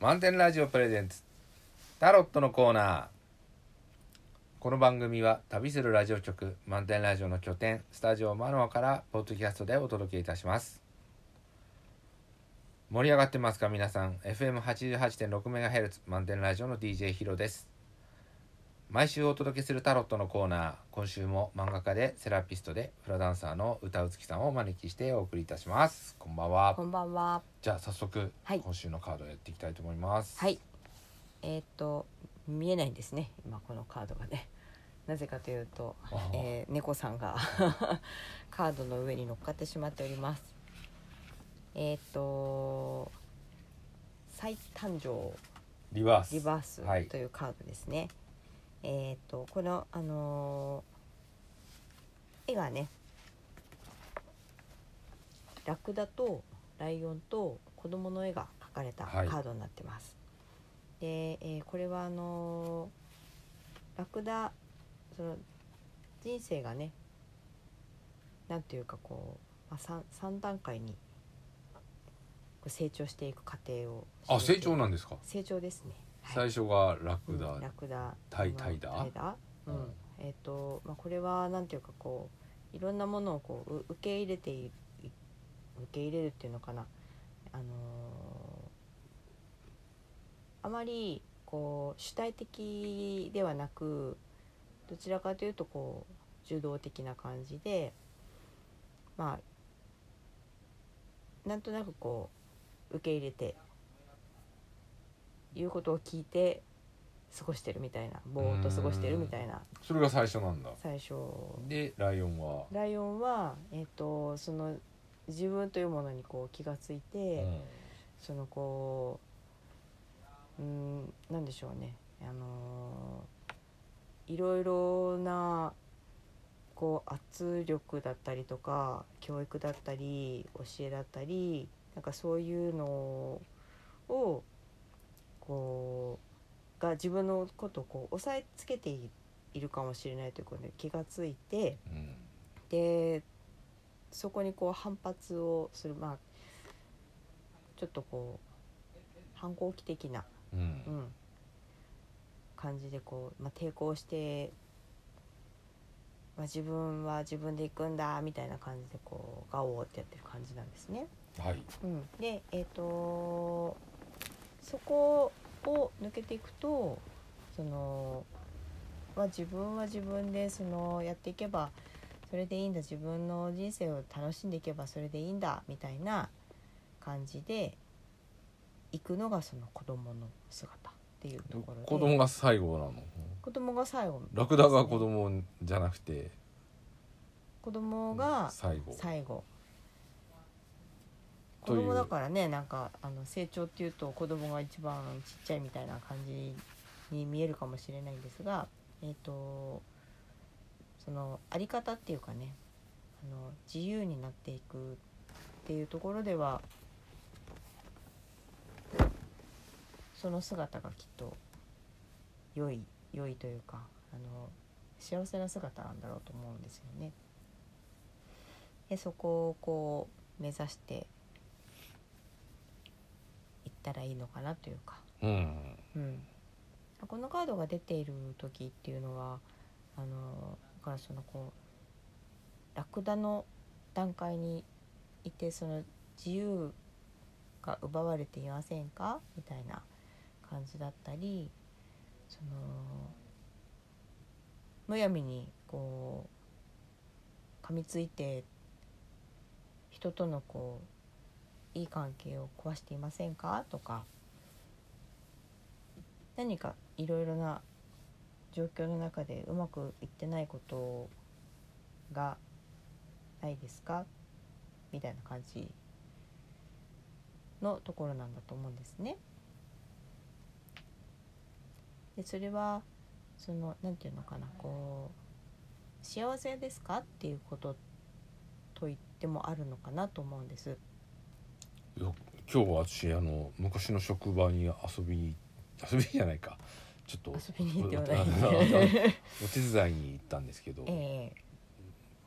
満点ラジオプレゼンツタロットのコーナーこの番組は旅するラジオ局満点ラジオの拠点スタジオマノアからポッドキャストでお届けいたします盛り上がってますか皆さん FM88.6MHz 満点ラジオの DJ ヒロです毎週お届けするタロットのコーナー今週も漫画家でセラピストでフラダンサーの歌うつきさんをお招きしてお送りいたしますこんばんはこんばんは。じゃあ早速、はい今週のカードをやっていきたいと思います。はい。えーっと見えないんですね。今このカードがね。なぜかというとあー、えー猫さんが カードの上に乗っかってしまっております。えーっと再誕生リバース。リバースはいというカードですね。えーっとこのあのー絵がねラクダとライオンと子供の絵が描かれたカはいードになってます。で、えーこれはあのーラクダその人生がねなんていうかこう、まあ、3, 三段階に成長していく過程をあ成長なんでですか。成長ですね、はい最初がラクダ。うんラクダタイまあタイダううんん、えっ、と、まあ、これはなんていうかこういろんなものをこうう受け入れていい受け入れるっていうのかなあのーあまりこう主体的ではなくどちらかというとこう受動的な感じでまあなんとなくこう受け入れて言うことを聞いて過ごしてるみたいなぼーっと過ごしてるみたいなそれが最初なんだ。最初でライオンは。ライオンは、えっとその自分というものにこう気がついて、うんそのこううんなんでしょうねあのーいろいろなこう圧力だったりとか教育だったり教えだったりなんかそういうのをこうが自分のことをこう抑えつけていいるかもしれないということに気がついて。うん。でそこにこう反発をするまあちょっとこう反抗期的な、う。うんん、感じでこう、まあ、抵抗して、まあ、自分は自分で行くんだみたいな感じでこうガオーってやってる感じなんですね。はい。うん、でえっ、とそこを抜けていくとその、まあ、自分は自分でそのやっていけばそれでいいんだ自分の人生を楽しんでいけばそれでいいんだみたいな感じで行くのがその子供の姿っていうところで子供が最後なの。子供が最後ラクダが子供じゃなくて子供が最後。最後とい子う供だからねなんかあの成長っていうと子供が一番ちっちゃいみたいな感じに見えるかもしれないんですがえっ、とそのあり方っていうかねあの自由になっていくっていうところではその姿がきっと良い良いというかあの幸せな姿なんだろうと思うんですよね。でそこをこう目指していったらいいのかなというか、うん。うん、このカードが出ている時っていうのはあのだからそのこうラクダの段階にいてその自由が奪われていませんかみたいな感じだったりそのむやみにこう噛みついて人とのこういい関係を壊していませんかとか何かいろいろな状況の中でうまくいってないことがないですかみたいな感じのところなんだと思うんですね。でそれはそのなんていうのかなこう幸せですかっていうことと言ってもあるのかなと思うんです。よ今日は私あの昔の職場に遊びに 遊びじゃないか。ちょっと遊びに行っては なおお い。お手伝いに行ったんですけど、ええ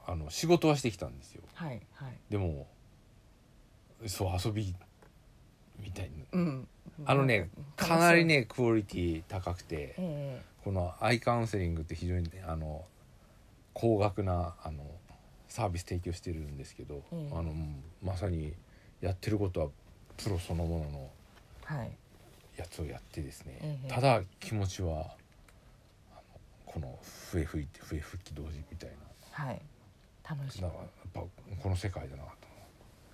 あの仕事はしてきたんですよ。はいはい。でもそう遊びみたいなうん。あのねかなりねクオリティ高くてえこのアイカウンセリングって非常にねあの高額なあのサービス提供してるんですけど、ええあのうんまさにやってることはプロそのもののえはいやつをやってですね、ええただ気持ちはあのこの笛吹いて笛吹き同時みたいはい楽しいななんかやっぱこの世界だなと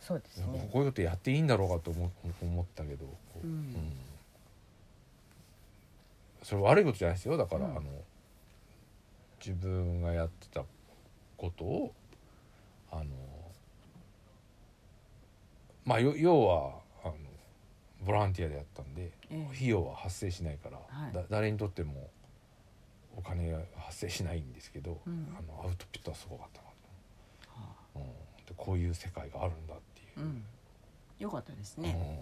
そうです思う、ねこういうことやっていいんだろうかと思思ったけど、こううんうんそれ悪いことじゃないですよだから、うんあの自分がやってたことをあのまあよ要はあのボランティアでやったんで、ええ費用は発生しないから、はいだ誰にとってもお金が発生しないんですけど、うんあのアウトプットはすごかったなはと、うんでこういう世界があるんだってあういんよかったですう、ね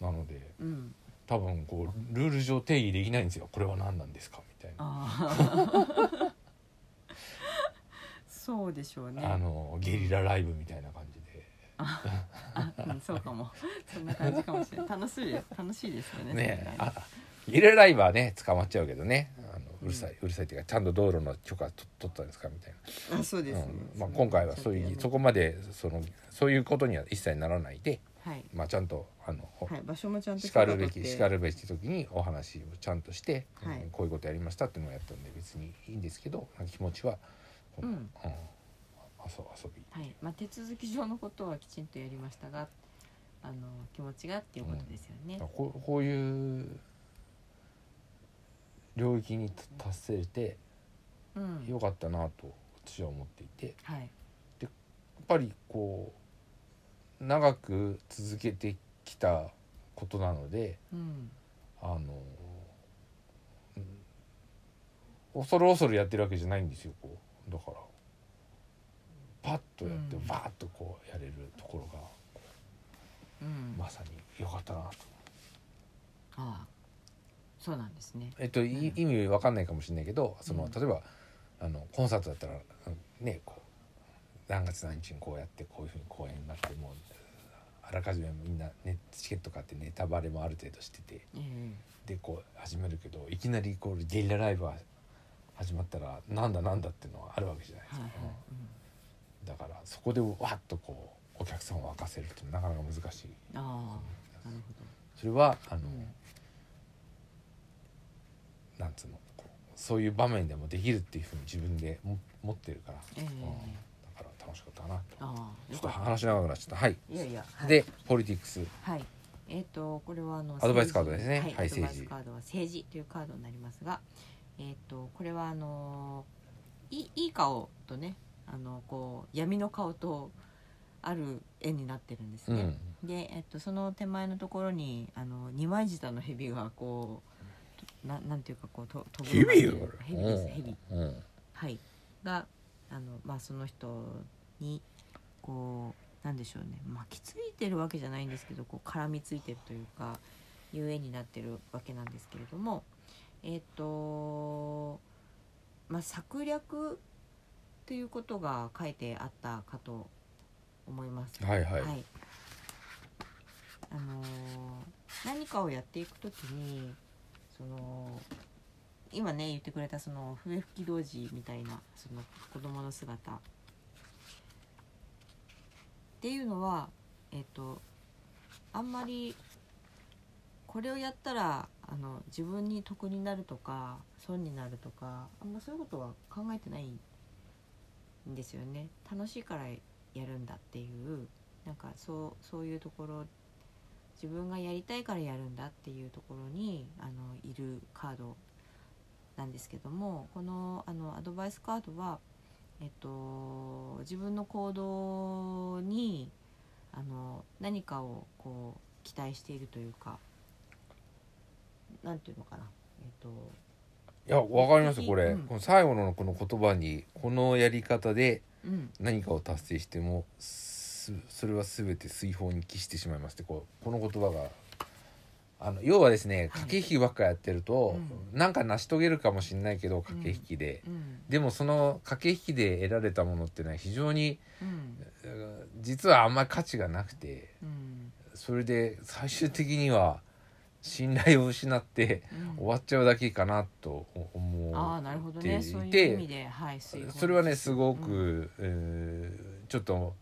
うんなのでうん多分こうルール上定義できないんですよこれは何なんですかみたいなあ ーそうでしょうねあ,、のゲリラライブみたいな感じであうんそうかもそんな感じかもしれない楽しいです楽しいですよねねそれがあゲリラライブはね捕まっちゃうけどねあのうるさい、ううるさいっていうかちゃんと道路の許可と取ったんですかみたいな。あそうです、ねうんまあ、今回はそういうそこまでそのそういうことには一切ならないで、はい、まあ、ちゃんとあの、はい、場所もちゃんとしかるべきしかるるべき時にお話をちゃんとして、はいうんこういうことやりましたっていうのをやったんで別にいいんですけど気持ちはこうの、んうん遊遊びはいまあ、手続き上のことはきちんとやりましたがあの気持ちがっていうことですよね、こうこういう領域に達せてうんよかったなと私は思っていてやはいっぱりこう長く続けてきたことなのでうんあの、うん恐る恐るやってるわけじゃないんですよこうだからパッとやってうんバーッとこうやれるところが、うん、まさに良かったなと。ああそうなんですねえっと、いうん意味わかんないかもしれないけどその、うん例えばあのコンサートだったらうんねこう何月何日にこうやってこういうふうに公演になってもうあらかじめみんな、ね、チケット買ってネタバレもある程度しててええでこう始めるけどいきなりこうゲリラライブが始まったらなんだなんだっていうのはあるわけじゃないですはいかはい、、うんだからそこでわっとこうお客さんを沸かせるっていうのはなかなか難しい。うん、ああなるほどそれはあの、うんなんつうのこうそういう場面でもできるっていうふうに自分でも持ってるから、ええうんだから楽しかったなとああちょよっとかっ話し長くなっちゃったはい、たいやいや、はい、でポリティクスはい。えっ、とこれはあのアドバイスカードですねはい、はいアドバイス政治カードは政治というカードになりますが、えっ、とこれはあのいいいい顔とね、あのこう闇の顔とある絵になってるんですうんね。で、えっ、とその手前のところにあの二枚舌の蛇がこうななんていうかこうと飛ぶ蛇よ蛇です蛇うんうんはいがあのまあその人にこうなんでしょうね巻きついてるわけじゃないんですけどこう絡みついてるというかゆえになってるわけなんですけれどもえっ、とまあ策略ということが書いてあったかと思います。はいはい、はいあのー何かをやっていくときにその今ね言ってくれたその笛吹き童子みたいなその子供の姿っていうのはえっ、とあんまりこれをやったらあの自分に得になるとか損になるとかあんまそういうことは考えてないんですよね楽しいからやるんだっていうなんかそうそういうところ自分がやりたいからやるんだっていうところにあのいるカードなんですけどもこのあのアドバイスカードは、えっと、自分の行動にあの何かをこう期待しているというかなんていうのかな、えっと、いやわかりますよこれ、うんこの最後のこの言葉にこのやり方でうん何かを達成してもすそれは全て水泡に帰してしまいますってこうこの言葉があの要はですねはい駆け引きばっかやってると、うなんか成し遂げるかもしれないけど駆け引きで、うんでもその駆け引きで得られたものっていうのは非常にうんえー実はあんまり価値がなくてうんそれで最終的には信頼を失ってうん終わっちゃうだけかなと思うああなるほどってねいてそういう意味ではい水泡それはねすごうんく、えーちょっと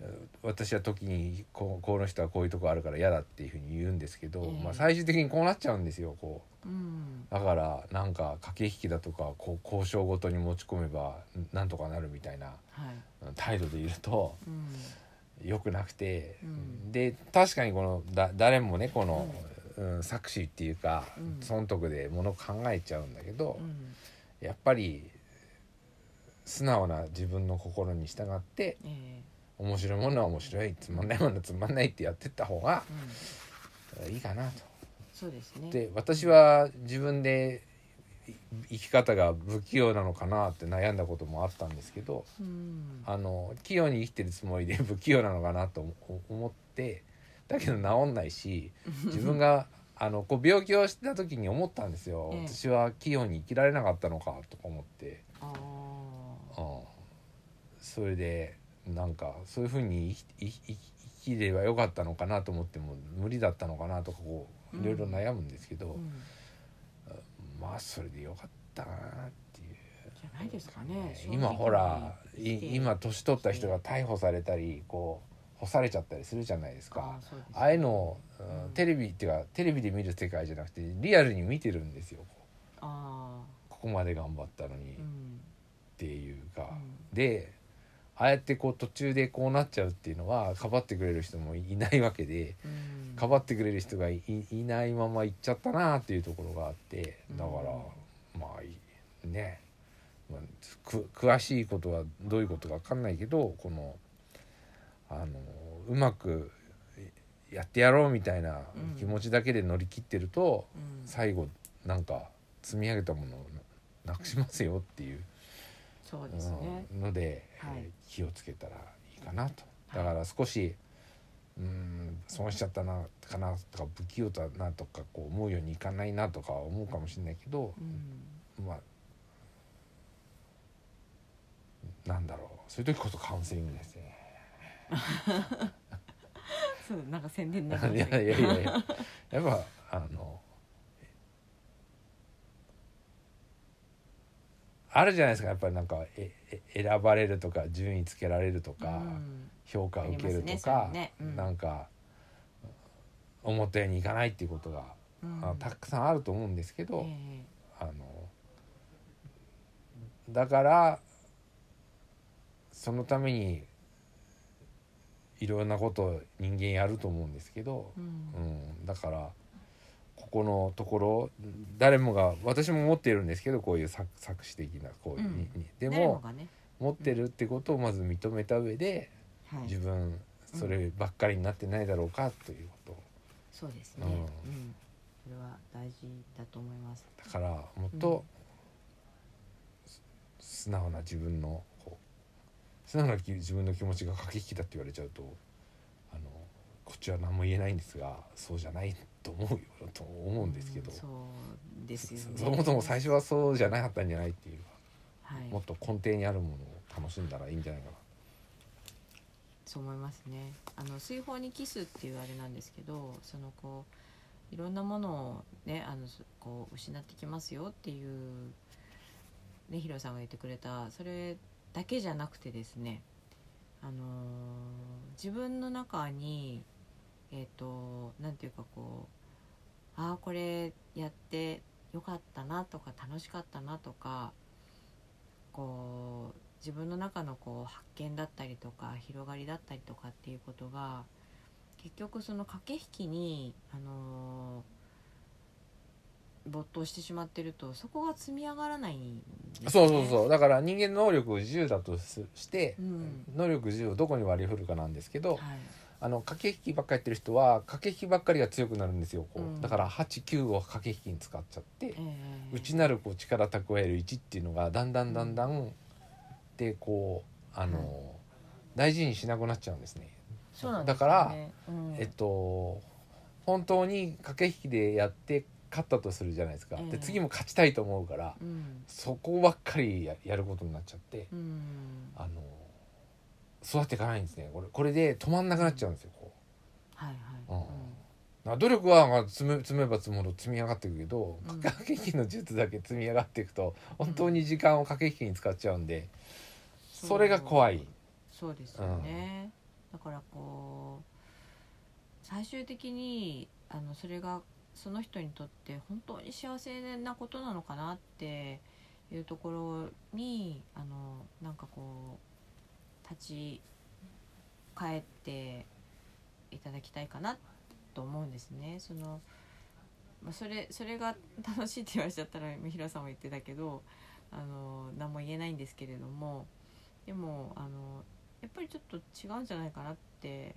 えー私は時にこうこの人はこういうとこあるから嫌だっていうふうに言うんですけど、ええまあ、最終的にこうなっちゃうんですよこうんうだからなんか駆け引きだとかこう交渉ごとに持ち込めばなんとかなるみたいなはいうん態度でいるとうん良くなくて、うんで確かにこのだ誰もねこの、うん、作詞っていうか、うん損得でもの考えちゃうんだけどう、んやっぱり素直な自分の心に従ってえ面白いものは面白いつまんないものはつまんないってやってった方がえうんいいかなと。そうですねで私は自分でい生き方が不器用なのかなって悩んだこともあったんですけどうんあの器用に生きてるつもりで 不器用なのかなと思思ってだけど治んないし自分があのこう病気をした時に思ったんですよええ私は器用に生きられなかったのかとか思って。 ああうん、それでなんかそういうふうに生き生き生きればよかったのかなと思っても無理だったのかなとかこううんいろいろ悩むんですけど、うんまあそれでよかったなっていう、じゃないですかね正直に今ほらいして今年取った人が逮捕されたりこう干されちゃったりするじゃないですあかあ。そうですああいうのを、うんうんテレビっていうかテレビで見る世界じゃなくてリアルに見てるんですよあここまで頑張ったのにっあうんていうかう、んでああやってこう途中でこうなっちゃうっていうのはかばってくれる人もいないわけでうんかばってくれる人がいいないまま行っちゃったなっていうところがあってだから、まあいいね、まあ、く詳しいことはどういうことか分かんないけどこのあのうまくやってやろうみたいな気持ちだけで乗り切ってると、うん最後なんか積み上げたものをなくしますよっていう。そうですねうんので、はいえー気をつけたらいいかなとはだいから少しうーん損しちゃったなかなとか不器用だなとかこう思うようにいかないなとか思うかもしれないけどう、んまあなんだろうそういう時こそカウンセリングですね。そうなんか宣伝にいな りやいましたやけいどやいややっぱあのあるじゃないですかやっぱりなんかええ選ばれるとか順位つけられるとか、うん評価を受けるとありますねそれか、ねうんなんか思ったようにいかないっていうことが、うんあたくさんあると思うんですけど、えあのだからそのためにいろんなことを人間やると思うんですけどえう、んうん、だからここのところ誰もが私も持っているんですけどこういう作作詞的なこう、うんににで誰ももがね持ってるってことをまず認めた上ではい自分そればっかりになってないだろうかということそうですねううんんそれは大事だと思いますだからもっとす素直な自分のこう素直なき自分の気持ちが駆け引きだって言われちゃうとあのこっちは何も言えないんですがそうじゃないと思うよと思うんですけど、うんそうですよねそそもそも最初はそうじゃなかったんじゃないっていうかはいもっと根底にあるものを楽しんだらいいんじゃないかそう思いますね。あの水泡にキスっていうあれなんですけど、そのこういろんなものをねあのそこう失ってきますよっていうねヒロさんが言ってくれたそれだけじゃなくてですね、あのー自分の中にえっ、となんていうかこうああこれやってよかったなとか楽しかったなとかこう自分の中のこう発見だったりとか広がりだったりとかっていうことが結局その駆け引きに、あのー没頭してしまってるとそこが積み上がらないんな、ですそようねそうそうだから人間能力を10だとすして、うん能力10をどこに割り振るかなんですけど、はいあの駆け引きばっかりやってる人は駆け引きばっかりが強くなるんですよこう、うんだから89を駆け引きに使っちゃって、ええ内なるこう力蓄える1っていうのがだんだんだんだん、でこうあの、はい大事にしなくなっちゃうんですね。そうなんでだすかよら、ねうんえっと本当に駆け引きでやって勝ったとするじゃないですか、えでえ次も勝ちたいと思うからうんそこばっかりややることになっちゃってうんあの育っていかないんですねこれこれで止まんなくなっちゃうんですよこうはいはい、うんな努力はまあ積む積めば積むほど積み上がっていくけどうん駆け引きの術だけ積み上がっていくと本当に時間を駆け引きに使っちゃうんでそれが怖い。そうですよね、だからこう最終的にあのそれがその人にとって本当に幸せなことなのかなっていうところにあのなんかこう立ち返っていただきたいかなと思うんですね。そのまあ、それそれが 楽しいって言われちゃったら三平さんも言ってたけどあの何も言えないんですけれどもでもあのやっぱりちょっと違うんじゃないかなって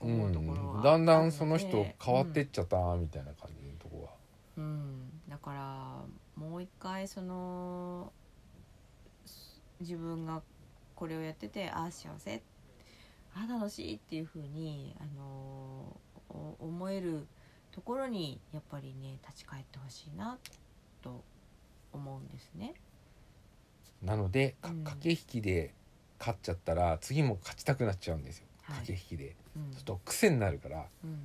思うところは、うんだんだんその人変わってうっんちゃったなみたいな感じのとこうん、だからもう一回そのす自分がこれをやっててああ幸せああ楽しいっていうふうに、あのお思えるところにやっぱりね立ち返ってほしいなと思うんですね。はなのでかうん駆け引きで勝っちゃったら次も勝ちたくなっちゃうんですよは駆けい、引きでうんちょっと癖になるからうんうん、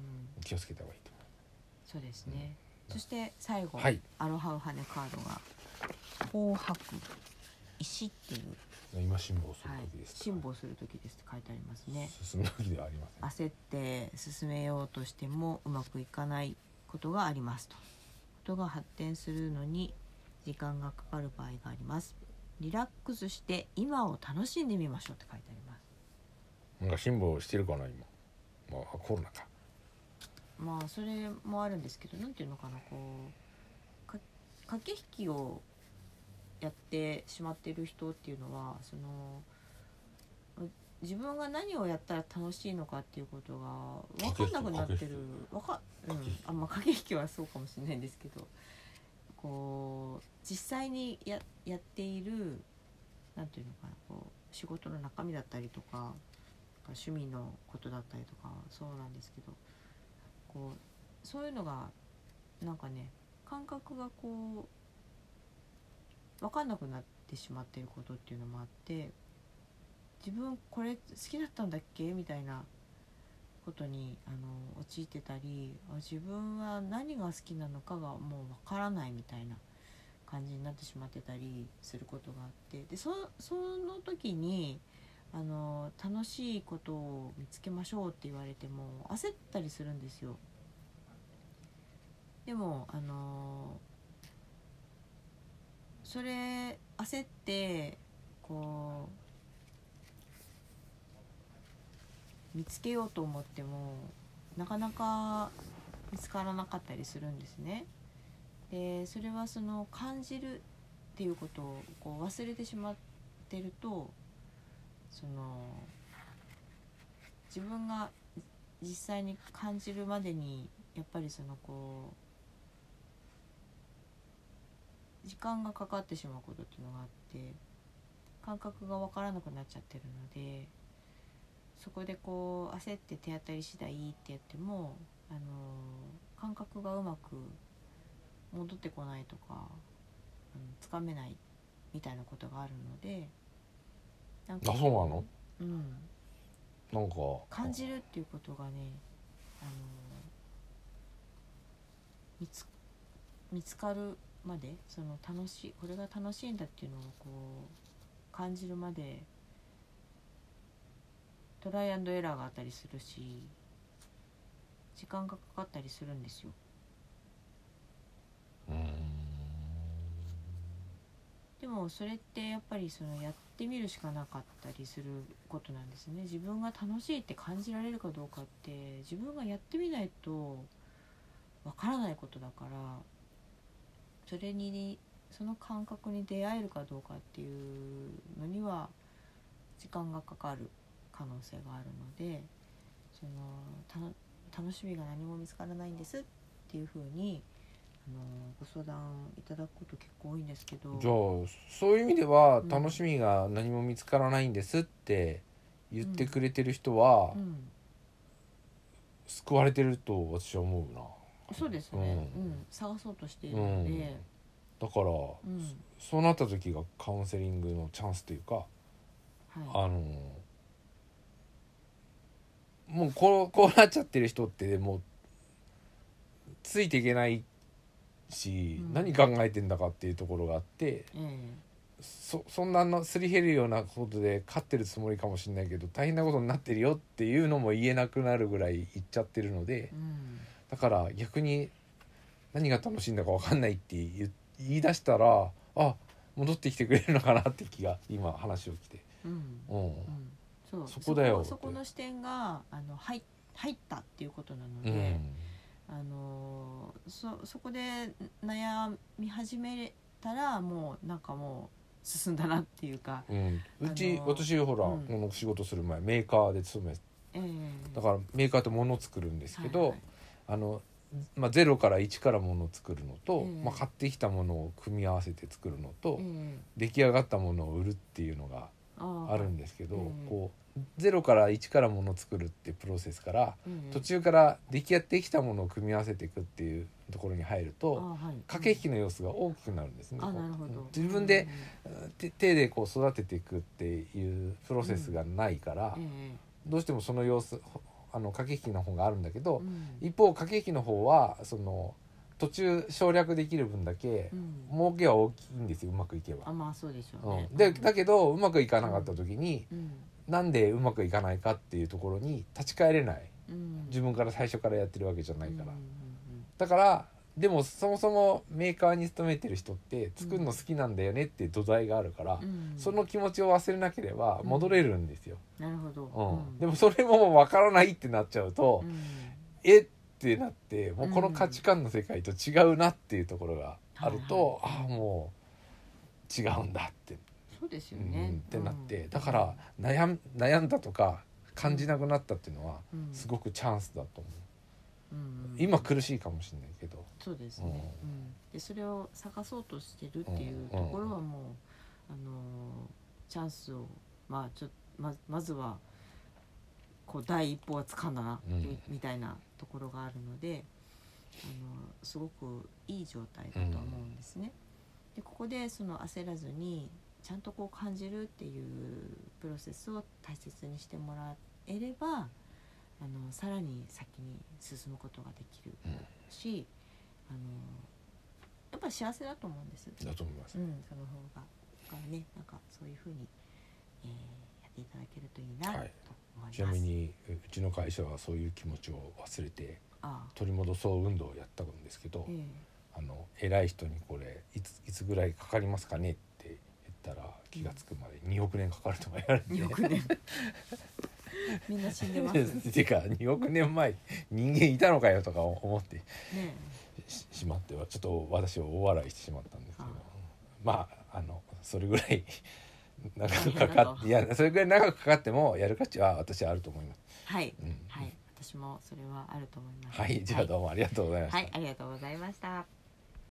気をつけた方がいいとそうですね。そして最後、思うはいアロハウハネカードが「紅白石」っていう、今辛抱するはい時です、辛抱する時ですって書いてありますね。進む時ではありません焦って進めようとしてもうまくいかないことがありますとことが発展するのに時間がかかる場合がありますリラックスして今を楽しんでみましょうって書いてありますなんか辛抱してるかな今まあコロナかまあそれもあるんですけどなんていうのかなこうか駆け引きをやってしまっている人っていうのはそのう自分が何をやったら楽しいのかっていうことが分かんなくなってるわか、う駆けん引き、あまあ駆け引きはそうかもしれないんですけどこう実際にややっているなんていうのかなこう仕事の中身だったりとか趣味のことだったりとかそうなんですけどこうそういうのがなんかね感覚がこう分かんなくなってしまっていることっていうのもあって自分これ好きだったんだっけみたいなことにあの陥ってたりあ自分は何が好きなのかがもう分からないみたいな感じになってしまってたりすることがあってでそその時にあの楽しいことを見つけましょうって言われても焦ったりするんですよ。でもあのそれ焦ってこう見つけようと思ってもなかなか見つからなかったりするんですね。でそれはその感じるっていうことをこう忘れてしまってるとその自分が実際に感じるまでにやっぱりそのこう時間がかかってしまうことっていうのがあって感覚が分からなくなっちゃってるのでそこでこう焦って手当たり次第ってやってもあの感覚がうまく戻ってこないとかつかめないみたいなことがあるのでなんあそうなのうんなんか感じるっていうことがねあの見つ見つかるまでその楽しいこれが楽しいんだっていうのをこう感じるまでトライアンドエラーがあったりするし時間がかかったりするんですようーんでもそれってやっぱりそのやってみるしかなかったりすることなんですね自分が楽しいって感じられるかどうかって自分がやってみないとわからないことだからそれにその感覚に出会えるかどうかっていうのには時間がかかる可能性があるのでそのたの楽しみが何も見つからないんですっていうふうにあのご相談いただくこと結構多いんですけど。じゃあそういう意味ではうん楽しみが何も見つからないんですって言ってくれてる人はうん、救われてると私は思うなそうですね、ううんん探そうとしているので、だからうんそうなった時がカウンセリングのチャンスというかはい、あのもうこうこうなっちゃってる人ってもうついていけないし、うん何考えてんだかっていうところがあってええそそんなのすり減るようなことで勝ってるつもりかもしれないけど大変なことになってるよっていうのも言えなくなるぐらい言っちゃってるのでうんだから逆に何が楽しいんだか分かんないって言言い出したらあ戻ってきてくれるのかなって気が今話を聞いて。うんうんうんそうそこだよそこそこの視点があの入っ入ったっていうことなのうで、んあのーそそこで悩み始めたらもうなんかもう進んだなっていうか、うん、うち、あの私ほら、うんこの仕事する前メーカーで勤めええだからメーカーって物を作るんですけど、はいはいあの、まあ、0から1から物を作るのと、ええまあ、買ってきたものを組み合わせて作るのと、ええ出来上がったものを売るっていうのがあああるんですけど、ええこう0から1から物を作るってプロセスからええ途中から出来上がってきたものを組み合わせていくっていうところに入るあと。はい駆け引きの様子が大きくなるんですね。あこうなるほど自分で、手手でこう育てていくっていうプロセスがないから、うんえどうしてもその様子ほあの駆け引きの方があるんだけどえ、うん一方駆け引きの方はその途中省略できる分だけうん儲けは大きいんですようまくいけあば。まあそうでしょうねう、ん、でだけどうまくいかなかった時に、うんなんでうまくいかないかっていうところに立ち返れないうん自分から最初からやってるわけじゃないから、うんうんうんだからでもそもそもメーカーに勤めてる人って作るの好きなんだよねっていう土台があるから、うんその気持ちを忘れなければ戻れるんですよ、なるほど、うんうんでもそれも分からないってなっちゃうと、うんえってなってもうこの価値観の世界と違うなっていうところがあると、ああもう違うんだって、そうですようね、んってなって、だから悩ん悩んだとか感じなくなったっていうのはうん、すごくチャンスだと思うう、ん今苦しいかもしれないけど、そうですね、うん、でそれを探そうとしてるっていうところはもう、あのーチャンスをまあちょままずはこう第一歩はつかんだな、うんみみたいなところがあるので、あのーすごくいい状態だと思うんですね。でここでその焦らずにちゃんとこう感じるっていうプロセスを大切にしてもらえればあのさらに先に進むことができるうんし、あのやっぱ幸せだと思うんです。だと思いますう、ん、その方がだからねなんかそういうふうに、えーやっていただけるといいなとは思いいます。ちなみにううちの会社はそういう気持ちを忘れてああ、取り戻そう運動をやったんですけど、えあの偉い人にこれいついつぐらいかかりますかねって言ったら気が付くまで2億年かかるとか言われてえ、2億 年みんな死んでます。ねてか2億年前人間いたのかよとか思ってえ、ししまってはちょっと私を大笑いしてしまったんですけどあまああのそれぐらい長くかかっていやそれぐらい長くかかってもやる価値は私はあると思います。はい、うんはい、私もそれはあると思います。はい、じゃあどうもありがとうございました。はい、ありがとうございました。